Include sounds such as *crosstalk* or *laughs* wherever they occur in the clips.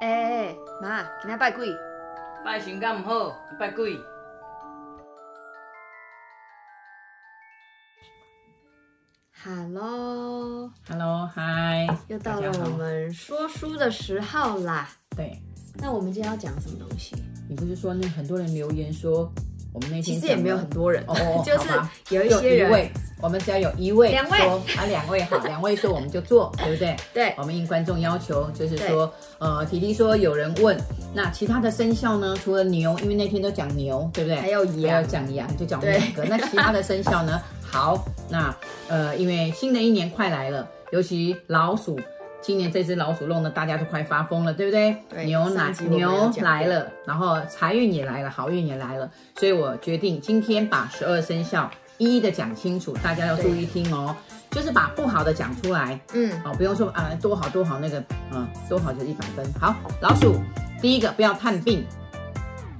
哎、欸欸，妈，今仔拜鬼？拜神敢毋好，拜鬼。 Hello，Hello，嗨，又到了我们说书的时候啦。对，那我们今天要讲什么东西？你不是说那很多人留言说我们那天其实也没有很多人，哦哦 *laughs* 就是有一些人，位我们只要有一位两位说啊，两位好，两位说我们就做，对不对？对我们应观众要求，就是说，呃，提提说有人问，那其他的生肖呢？除了牛，因为那天都讲牛，对不对？还有还羊有，讲羊，就讲我们两个。那其他的生肖呢？好，那呃，因为新的一年快来了，尤其老鼠，今年这只老鼠弄得大家都快发疯了，对不对？对牛上奶集我们有牛讲过来了，然后财运也来了，好运也来了，所以我决定今天把十二生肖一一的讲清楚，大家要注意听哦，就是把不好的讲出来，嗯，哦，不用说啊、多好多好那个，嗯，多好就是一百分。好，老鼠，第一个不要探病，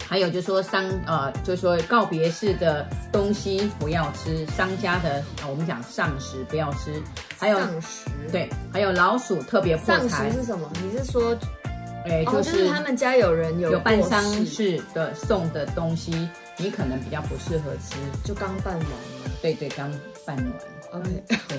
还有就说商呃，就说告别式的东西不要吃，商家的、呃我们讲丧食不要吃，还有丧食，，对，还有老鼠特别破丧财食，是什么？你是说哎、哦，就是他们家有人有有办过丧世，事的送的东西，你可能比较不适合吃。就刚办完嘛。对对，刚办完。 OK 对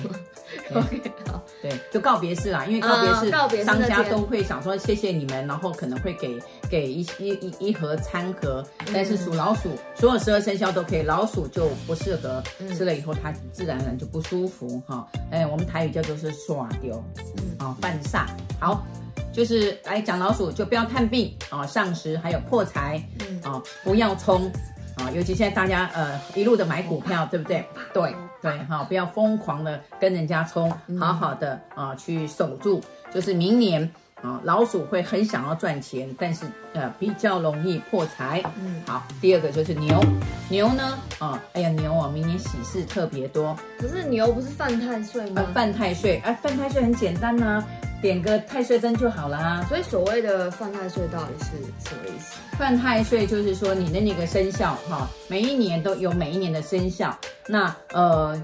OK，好， *laughs* 对，就告别式啦，啊因为告别嗯式，告别式商那家天都会想说谢谢你们，然后可能会给给一一一一盒餐盒，嗯但是属老鼠，所有十二生肖都可以，老鼠就不适合，嗯吃了以后它自然而然就不舒服哈。哎、我们台语叫做是耍丢，嗯啊、犯煞。好，就是来讲老鼠就不要探病啊，丧食还有破财，嗯，啊、不要冲啊、尤其现在大家呃一路的买股票，对不对？对对，哈、不要疯狂的跟人家冲，好好的啊、去守住，就是明年啊、老鼠会很想要赚钱，但是呃比较容易破财。嗯，好，第二个就是牛，牛呢啊、哎呀牛哦，明年喜事特别多，可是牛不是犯太岁呃吗？犯太岁，哎、犯太岁很简单呐、点个太岁针就好啦、所以所谓的犯太岁到底是什么意思？犯太岁就是说你的那个生肖哈，每一年都有每一年的生肖，那呃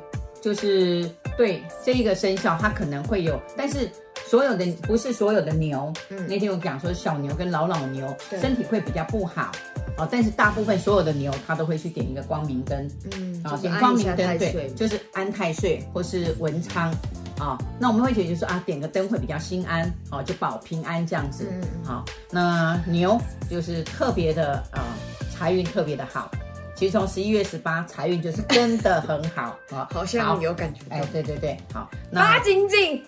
就是对这一个生肖它可能会有，但是所有的不是所有的牛，嗯那天我讲说小牛跟老老牛对身体会比较不好哦，但是大部分所有的牛它都会去点一个光明灯，嗯，啊，就是点安光一明下灯太岁对，嘛。就是安太岁或是文昌啊、那我们会觉得说啊，点个灯会比较心安哦、就保平安这样子。嗯嗯好，那牛就是特别的呃，财运特别的好。其实从十一月十八，财运就是真的很好啊、哦好像有感觉到哎，。对对对，好，那八 *laughs* 斤斤，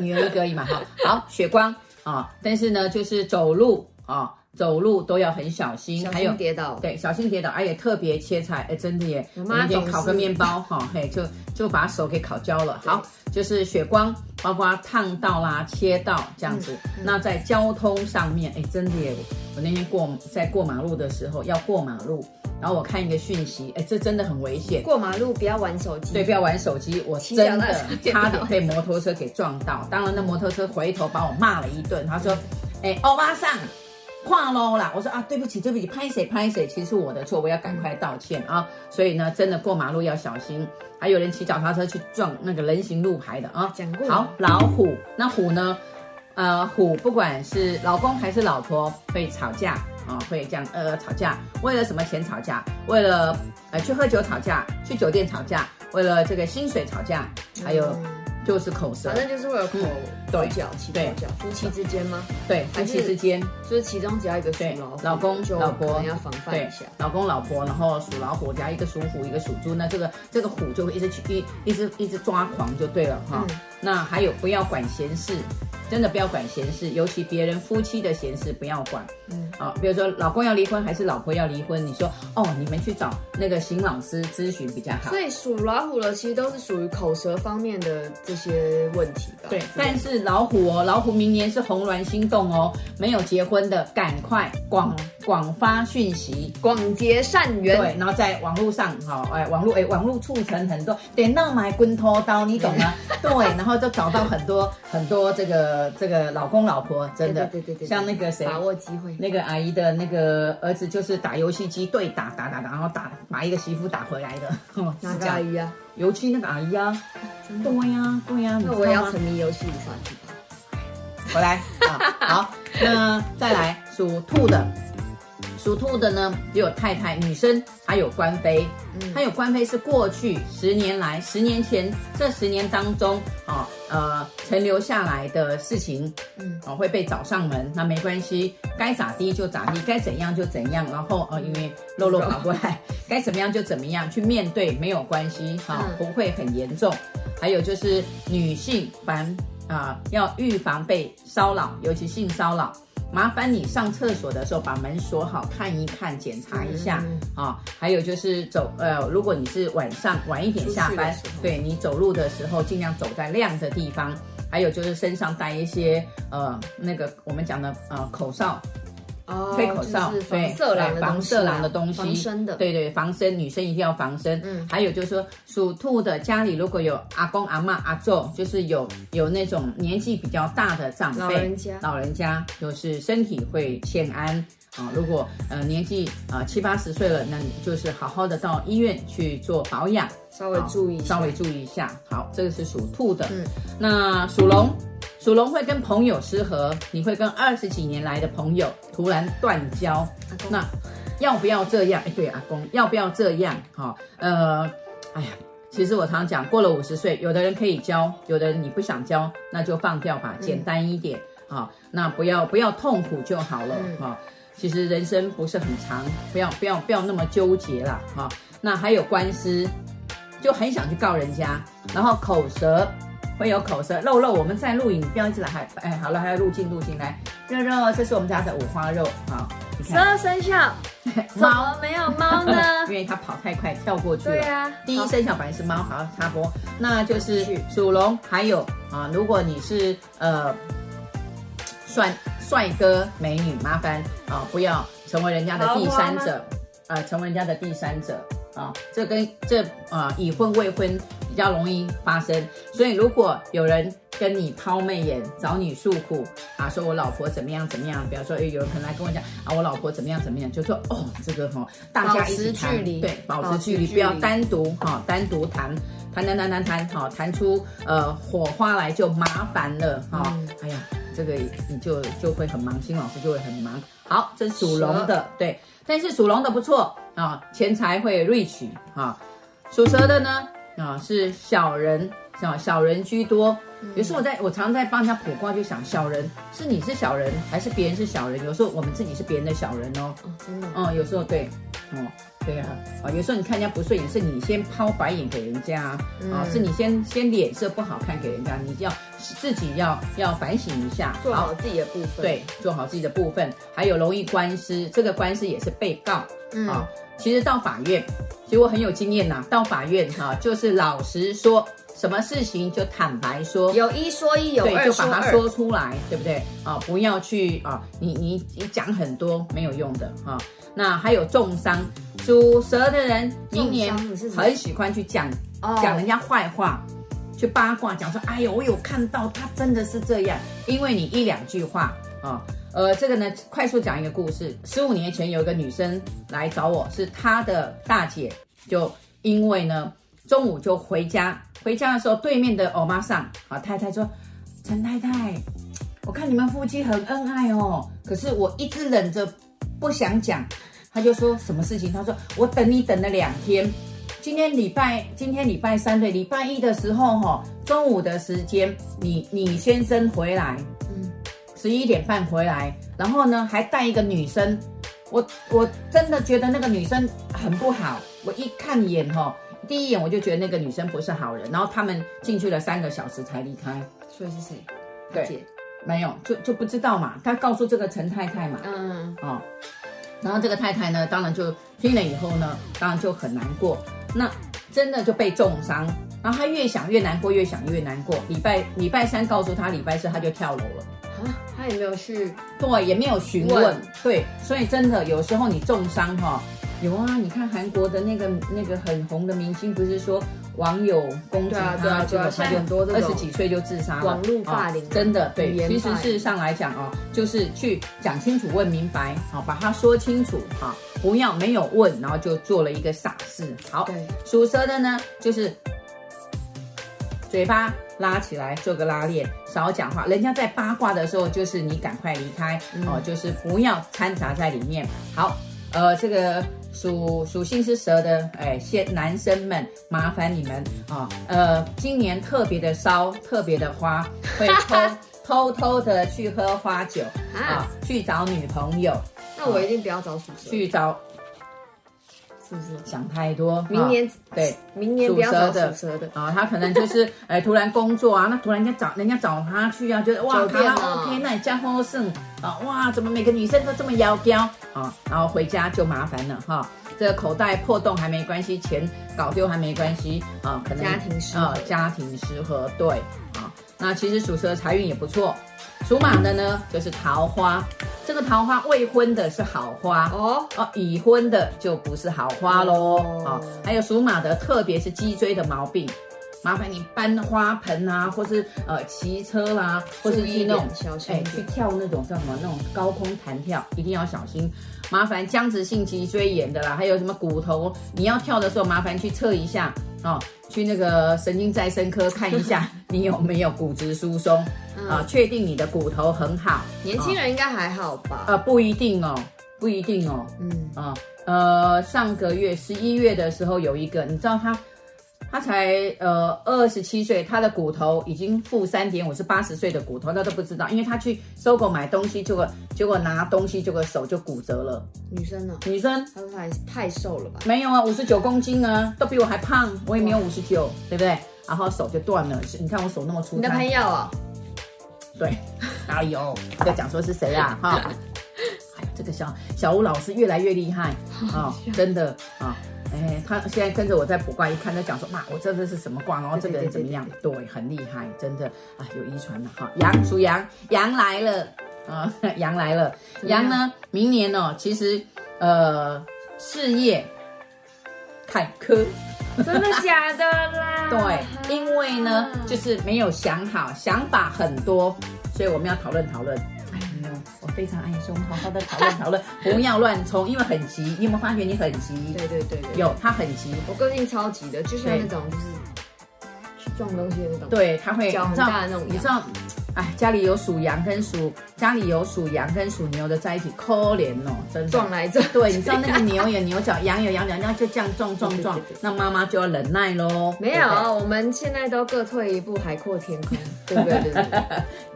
女儿可以嘛？好，好，血光啊、但是呢，就是走路啊、走路都要很小心，小还有心跌倒。对，小心跌倒，哎、也特别切菜，哎，真的耶，我我妈们得总烤个是面包哈、嘿，就就把手给烤焦了。好，就是血光，包括烫到啦、切到这样子。嗯那在交通上面，哎，真的耶，我那天过在过马路的时候要过马路，然后我看一个讯息，哎，这真的很危险。过马路不要玩手机。对，不要玩手机，我骑脚踏真的车也不要差点被摩托车给撞到。当然，那摩托车回头把我骂了一顿，他说：“哎、欧巴桑，跨喽啦！”我说：“啊，对不起，对不起，拍谁拍谁，其实是我的错，我要赶快道歉啊！”所以呢，真的过马路要小心。还有人骑脚踏车去撞那个人行路牌的啊！讲过好，老虎，那虎呢？呃，虎不管是老公还是老婆会吵架啊、会这样呃吵架，为了什么钱吵架，为了呃去喝酒吵架，去酒店吵架，为了这个薪水吵架，还有嗯就是口舌反，正就是会有口嗯口对角、起口对角，夫妻之间吗？对夫还妻是之间，就是其中只要一个属对老虎，老公就老可婆能要防范对一下。老公老婆，然后属老虎加一个属虎一个属猪，那这个这个虎就会一直去一一直一直抓狂就对了哈。嗯那还有不要管闲事，真的不要管闲事，尤其别人夫妻的闲事不要管。嗯啊，比如说老公要离婚还是老婆要离婚，你说哦，你们去找那个邢老师咨询比较嗯好。所以属老虎的其实都是属于口舌方面的这些问题吧。对，但是老虎哦，老虎明年是红鸾心动哦，没有结婚的赶快广嗯广发讯息。广结善缘，对，然后在网络上，哈、哎，网络，哎，网络促成很多，对，那买滚头刀，你懂吗？对，然后就找到很多很多这个这个老公老婆，真的，对对对对对像那个谁，把握机会。那个阿姨的那个儿子就是打游戏机对打打打打，然后打把一个媳妇打回来的， *laughs* 哦是哪这个阿样。姨啊？尤其那个阿姨啊，真的对呀、对呀、你那知我也道要吗？沉迷游戏无法自拔。我来啊，好，那再来属兔的，属兔的呢也有太太、女生，还有官非。还有官非是过去十年来，十年前这十年当中，哦，呃，残留下来的事情，嗯哦，会被找上门。那没关系，该咋地就咋地，该怎样就怎样。然后哦，因为肉肉跑过来，该怎么样就怎么样，去面对没有关系，哈、嗯不会很严重。还有就是女性凡啊、要预防被骚扰，尤其性骚扰。麻烦你上厕所的时候把门锁好，看一看，检查一下。嗯啊、还有就是走呃，如果你是晚上晚一点下出去的班时候，对你走路的时候尽量走在亮的地方。还有就是身上带一些呃那个我们讲的呃口哨，哦，吹口哨，就是对防色狼对的防东西啊色狼的东西，防身的，对对，防身，女生一定要防身。嗯还有就是说，属兔的家里如果有阿公、阿嬷、阿祖，就是有有那种年纪比较大的长辈，老人家老人家就是身体会欠安啊、如果呃年纪呃七八十岁了，那你就是好好的到医院去做保养，稍微好注意一下稍微注意一下。好，这个是属兔的。嗯那属龙，属龙会跟朋友失和，你会跟二十几年来的朋友突然断交。阿公那要不要这样？哎，对，阿公，要不要这样？哈、呃，哎呀，其实我常讲，过了五十岁，有的人可以交，有的人你不想交，那就放掉吧，简单一点啊、好那不要不要痛苦就好了嗯哈、其实人生不是很长，不要不要不要那么纠结啦哈、那还有官司，就很想去告人家，然后口舌会有口舌，肉肉我们在录影，不要一直来，还哎好了，还要入镜入镜来，肉肉，这是我们家的五花肉啊，你十看二生肖怎猫，么没有猫呢 *laughs* 因？为它跑太快跳过去对了。啊，第一好生肖本来是猫，好插播，那就是是属龙，还有啊，如果你是呃帅帅哥美女，麻烦啊不要成为人家的第三者，呃，成为人家的第三者啊，这跟这啊、已婚未婚比较容易发生，所以如果有人跟你抛媚眼、找你诉苦啊，说我老婆怎么样怎么样，比方说诶哎有人可能来跟我讲啊，我老婆怎么样怎么样，就说哦这个哈、哦，大家一起保持谈距离对，保保持持距离，距不要离单独哈、单独谈。谈谈谈谈谈，好谈出呃火花来就麻烦了哈、嗯哎呀，这个你就就会很忙，新老师就会很忙。好，这是属龙的，对，但是属龙的不错啊，钱财会 rich 啊。属蛇的呢啊是小人，小小人居多。有时候我在我常在帮人家卜卦，就想小人是你是小人还是别人是小人？有时候我们自己是别人的小人哦。哦真的嗯，有时候对，哦，对啊，啊，有时候你看人家不顺眼，是你先抛白眼给人家，啊，嗯是你先先脸色不好看给人家，你要自己要要反省一下，做好好自己的部分，，对，做好自己的部分，还有容易官司，这个官司也是被告啊、嗯其实到法院，其实我很有经验呐、到法院哈、就是老实说，什么事情就坦白说，有一说一，有对，二就说把它二，说出来，对不对？啊、不要去啊、你你你讲很多没有用的啊、那还有重伤，属蛇的人明年重伤是什么很喜欢去讲哦讲人家坏话，去八卦，讲说哎呦，我有看到他真的是这样，因为你一两句话啊。呃，这个呢，快速讲一个故事。十五年前有一个女生来找我，是她的大姐，就因为呢，中午就回家，回家的时候，对面的欧妈上啊太太说：“陈太太，我看你们夫妻很恩爱哦，可是我一直忍着不想讲。”她就说什么事情？她说：“我等你等了两天，今天礼拜今天礼拜三对，礼拜一的时候哈、中午的时间，你你先生回来，嗯十一点半回来，然后呢还带一个女生，我我真的觉得那个女生很不好，我一看眼哈、第一眼我就觉得那个女生不是好人，然后他们进去了三个小时才离开，所以是谁？对大姐，没有就就不知道嘛，他告诉这个陈太太嘛，嗯，哦，然后这个太太呢，当然就听了以后呢，当然就很难过，那真的就被重伤。然后她越想越难过，越想越难过。礼拜礼拜三告诉她，礼拜四她就跳楼了。啊，他也没有去，对，也没有询问问，对，所以真的有时候你重伤哈、有啊，你看韩国的那个那个很红的明星，不是说网友攻击对啊他，对啊结对果啊，现他就在很多这二十种几岁就自杀了，网络霸凌哦真的对语。言其霸实凌事实上来讲哦，就是去讲清楚、问明白，好、把它说清楚，哈、不要没有问，然后就做了一个傻事。好，对，属蛇的呢，就是嘴巴拉起来做个拉链，少讲话。人家在八卦的时候，就是你赶快离开、嗯哦，就是不要掺杂在里面。好，呃，这个属属性是蛇的，哎，先男生们，麻烦你们啊、呃，今年特别的烧，特别的花，会偷 *laughs* 偷偷的去喝花酒啊、去找女朋友，那我一定不要找属蛇，去找是不是？想太多，啊明年、对。明年不要找属蛇的，啊、他可能就是哎、呃突然工作啊，那突然人家找人家找他去啊，觉得哇，酒他店啊 OK，那你家丰盛啊，哇，怎么每个女生都这么妖娇啊？然后回家就麻烦了哈、这个口袋破洞还没关系，钱搞丢还没关系啊，可能家庭失啊和家庭失和对啊。那其实属蛇的财运也不错，属马的呢就是桃花，这个桃花未婚的是好花哦，哦，已婚的就不是好花喽。啊、哦还有属马的，特别是脊椎的毛病，麻烦你搬花盆啊，或是呃骑车啦、或是注意去一那点种小心哎一去点跳那种叫什么那种高空弹跳，一定要小心。麻烦僵直性脊椎炎的啦，还有什么骨头，你要跳的时候麻烦去测一下哦，去那个神经再生科看一 *laughs* 下你有没有骨质疏松嗯啊，确定你的骨头很好。年轻人应该还好吧？呃不一定哦，不一定哦，嗯，啊、呃，上个月十一月的时候有一个，你知道他，他才呃二十七岁，他的骨头已经负三点五，是八十岁的骨头，他都不知道，因为他去搜狗买东西，结果结果拿东西，结果手就骨折了。女生呢？女生她太太瘦了吧？没有 *laughs* 啊，五十九公斤啊，都比我还胖，我也没有五十九，对不对？然后手就断了，是你看我手那么粗你的糙朋，友 *laughs* 啊，对， *laughs* 哪里有？不要讲说是谁 *laughs* 啊，哈。哎这个小小吴老师越来越厉害 *laughs* 啊、真的啊。哎，他现在跟着我在卜卦，一看就讲说，哇，我这这是什么卦？然后这个人怎么样？对，很厉害，真的啊，有遗传的哈。羊属羊，羊来了啊， *laughs* 羊来了。怎么样羊呢，明年哦，其实呃，事业坎坷，真的假的啦？ *laughs* 对，因为呢，嗯就是没有想好，想法很多，所以我们要讨论讨论。哎没有，我非常爱说，好好的讨论 *laughs* 讨论，不要乱冲，因为很急。你有没有发觉你很急？对对对对，有，他很急，我个性超级的，就像那种就是去撞东西的那种，，对，他会，你知脚很道大的那种你知道，哎，家里有属羊跟属家里有属羊跟属牛的在一起，可怜哦，真的撞来 *laughs* 着，对，你知道那个牛有牛角，羊有羊角，那就这样撞撞撞对对对对，那妈妈就要忍耐喽。没对不对有，我们现在都各退一步，海阔天 *laughs* 空，对不对？对对对，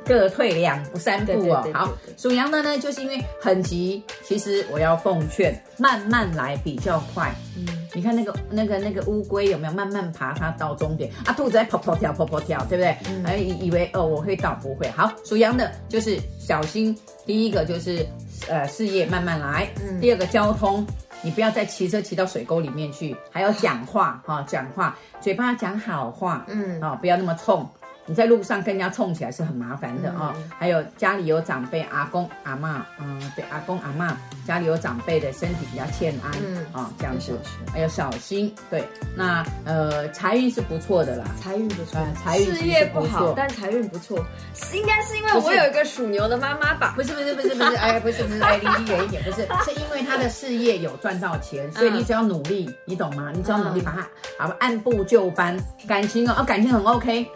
各退两步三步哦。对对对对对好，属羊的呢，就是因为很急，其实我要奉劝，慢慢来比较快。嗯，你看那个那个那个乌龟有没有慢慢爬，它到终点啊？兔子在跑跑跳跑跑跳，对不对？嗯还、以以为哦我会到，不会。好，属羊的就是小心，第一个就是呃事业慢慢来，嗯第二个交通。你不要再骑车骑到水沟里面去，还要讲话哈、讲话，嘴巴讲好话，嗯啊、不要那么冲。你在路上跟人家冲起来是很麻烦的啊、嗯还有家里有长辈，阿公阿妈，嗯，对，阿公阿妈家里有长辈的身体比较欠安，嗯啊、这样子要小心，哎要小心。对，那呃财运是不错的啦，财运不错呃，财运其实事业不不好错，但财运不错，是应该是因为不是我有一个属牛的妈妈吧？不是不是不是 *laughs* 不是，哎，不是不是，哎，离你远一点，不是，是因为他的事业有赚到钱，所以你只要努力，你懂吗？你只要努力把它，好吧，按部就班。感情哦，哦，感情很 OK，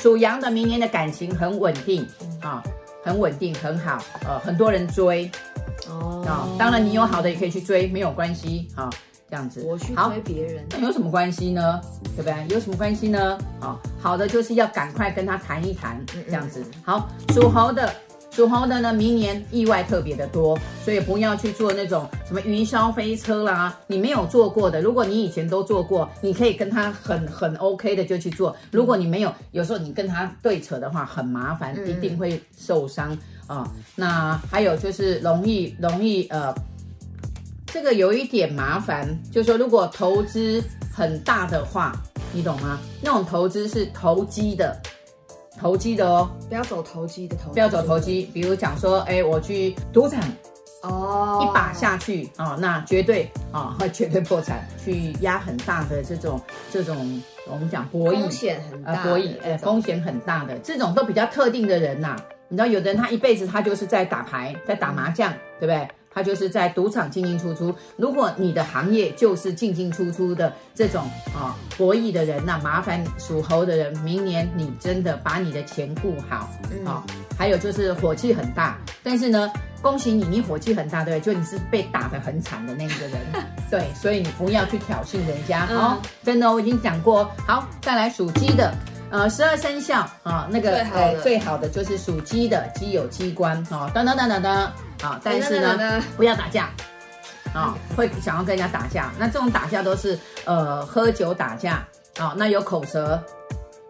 属羊的明年的感情很稳定啊、很稳定，很好，呃，很多人追啊、哦当然，你有好的也可以去追，没有关系啊、这样子。我去好推，别人，那有什么关系呢？对不对？有什么关系呢？哦，好的就是要赶快跟他谈一谈，嗯这样子。好，属猴的，属猴的呢，明年意外特别的多，所以不要去做那种什么云霄飞车啦，你没有做过的。如果你以前都做过，你可以跟他很很 OK 的就去做。如果你没有，有时候你跟他对扯的话，很麻烦，嗯一定会受伤啊、那还有就是容易容易呃。这个有一点麻烦，就是说如果投资很大的话，你懂吗？那种投资是投机的，投机的哦，不要走投机的投，不要走投机。比如讲说，哎，我去赌场哦，一把下去啊、哦那绝对啊、会 *laughs* 绝对破产，去压很大的这种这种我们讲博风弈，险很呃大，，嗯博弈，呃，风险很大的这种都比较特定的人呐、你知道，有的人他一辈子他就是在打牌，在打麻将，对不对？它就是在赌场进进出出。如果你的行业就是进进出出的这种啊、博弈的人，那麻烦属猴的人，明年你真的把你的钱顾好嗯啊、还有就是火气很大，但是呢，恭喜你，你火气很大，对不对？就你是被打得很惨的那一 *laughs* 个人，对，所以你不要去挑衅人家、嗯哦。真的哦、我已经讲过哦。好，再来属鸡的。呃，十二生肖啊、那个最好的呃最好的就是属鸡的，鸡有鸡官啊，当当当当当啊，但哎是呢，不要打架。啊、会想要跟人家打架，那这种打架都是呃喝酒打架啊、那有口舌，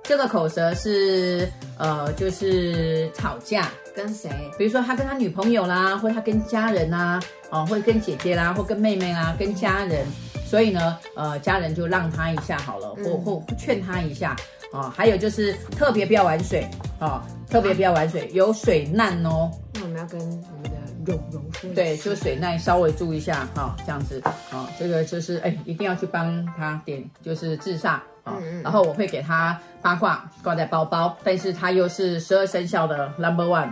这个口舌是呃就是吵架，跟谁？比如说他跟他女朋友啦，或者他跟家人啦，哦，或者跟姐姐啦，或跟妹妹啦，跟家人，所以呢，呃，家人就让他一下好了，或嗯或劝他一下啊、还有就是特别不要玩水啊、特别不要玩水，有水难哦。那我们要跟我们的蓉蓉说一下，对，就水耐稍微注意一下哈、这样子啊、这个就是哎，一定要去帮他点，就是治煞啊、嗯嗯然后我会给他八卦挂在包包，但是他又是十二生肖的 number one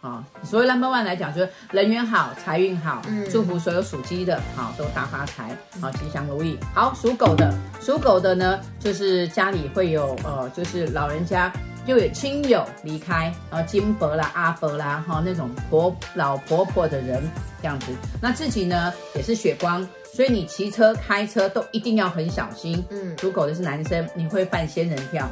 啊、所谓 number one 来讲，就是人缘好，财运好，嗯祝福所有属鸡的啊、都大发财啊、吉祥如意。好，属狗的，属狗的呢，就是家里会有呃，就是老人家就有亲友离开，啊，金伯啦、阿伯啦，哈、那种婆老婆婆的人这样子。那自己呢也是血光，所以你骑车、开车都一定要很小心。嗯，属狗的是男生，你会犯仙人跳，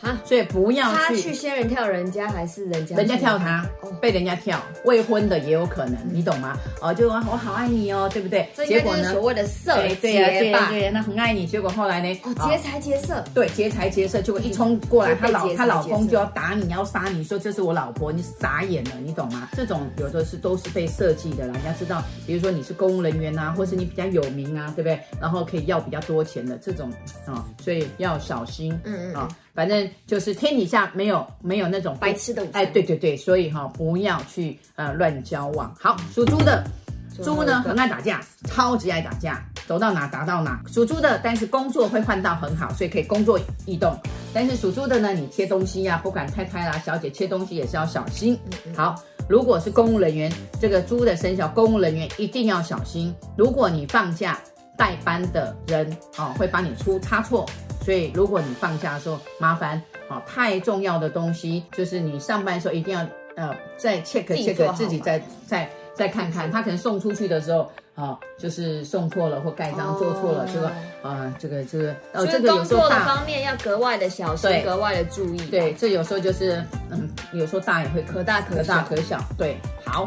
哈，所以不要他去去仙人跳人家还是人家？人家跳他哦，被人家跳，未婚的也有可能，你懂吗？哦，就我好爱你哦，对不对这？应结该果就是呢所？谓的色对对呀、对劫呀、吧对？呀、那很爱你，结果后来呢？哦，哦劫财劫色，对，劫财劫色，结果一冲过来，就她被老劫她财老劫公色就要打你，要杀你，说这是我老婆，你傻眼了，你懂吗？这种有的是都是被设计的啦，人家知道，比如说你是公务人员啊，或是你比较有名啊，对不对？然后可以要比较多钱的这种啊、所以要小心。嗯嗯啊、反正就是天底下没有没有那种白痴的午餐哎，对对对，所以哈、不要去呃乱交往。好，属猪的，猪呢很爱打架，超级爱打架，走到哪打到哪。属猪的，但是工作会换到很好，所以可以工作异动。但是属猪的呢，你切东西呀、不管太太啦、小姐切东西也是要小心。嗯好，如果是公务人员，这个猪的生肖公务人员一定要小心。如果你放假代班的人哦，会帮你出差错，所以如果你放假的时候，麻烦哦，太重要的东西就是你上班的时候一定要呃再 check 自己 check 做好自己再再再看看，他可能送出去的时候哦，就是送错了或盖章哎做错了，哦这个啊这个这个哦所这以个有工时候作的大。方面要格外的小心对，格外的注意。对，，这有时候就是，嗯，有时候大也会可大可可大小，可小。对，好，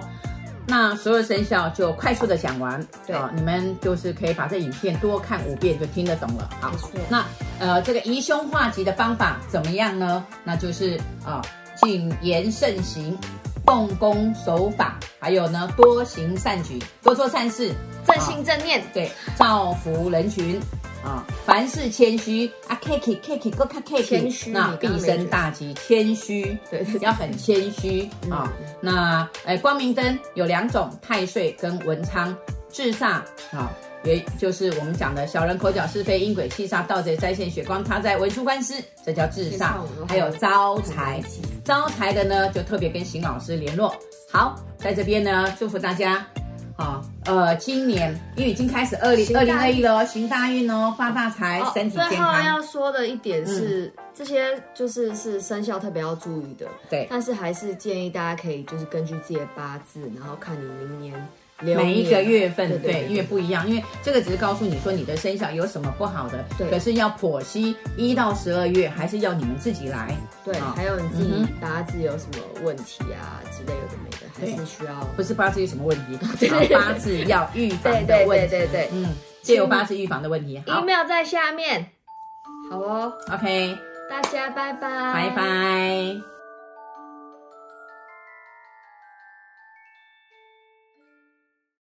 那所有生肖就快速的讲完，对啊你们就是可以把这影片多看五遍就听得懂了。好没，错，那呃，这个移凶化吉的方法怎么样呢？那就是啊，谨言慎行，动功守法，还有呢，多行善举，多做善事，正心正念，对，造福人群啊，凡事谦虚啊，Kiki Kiki 够看 Kiki，谦虚那你刚必刚没生大吉，谦虚，对嗯对要很谦虚啊。那哎，光明灯有两种，太岁跟文昌，至煞啊。也就是我们讲的小人口角是非、阴鬼气煞、盗贼、灾现、血光、他在文书官司，这叫至至煞煞我们。还有会招财，招财的呢，就特别跟邢老师联络。好，在这边呢，祝福大家。好、呃，今年因为已经开始二零二行零大二运一了哦，行大运哦，发大财，哦身体最健后康。嗯要说的一点是，这些就是是生肖特别要注意的，对，但是还是建议大家可以就是根据自己的八字，然后看你明年流每一个年月份对对对，对因为不一样，因为这个只是告诉你说你的生肖有什么不好的，对可是要剖析一到十二月，还是要你们自己来。对，啊还有你自嗯己八字有什么问题啊之类的没的，还对是需要不是八字有什么问 *laughs* 题，好八字要预防的问题。对对对对对嗯，借由八字预防的问题。好 email 在下面。好哦， ，OK，大家拜拜，拜拜。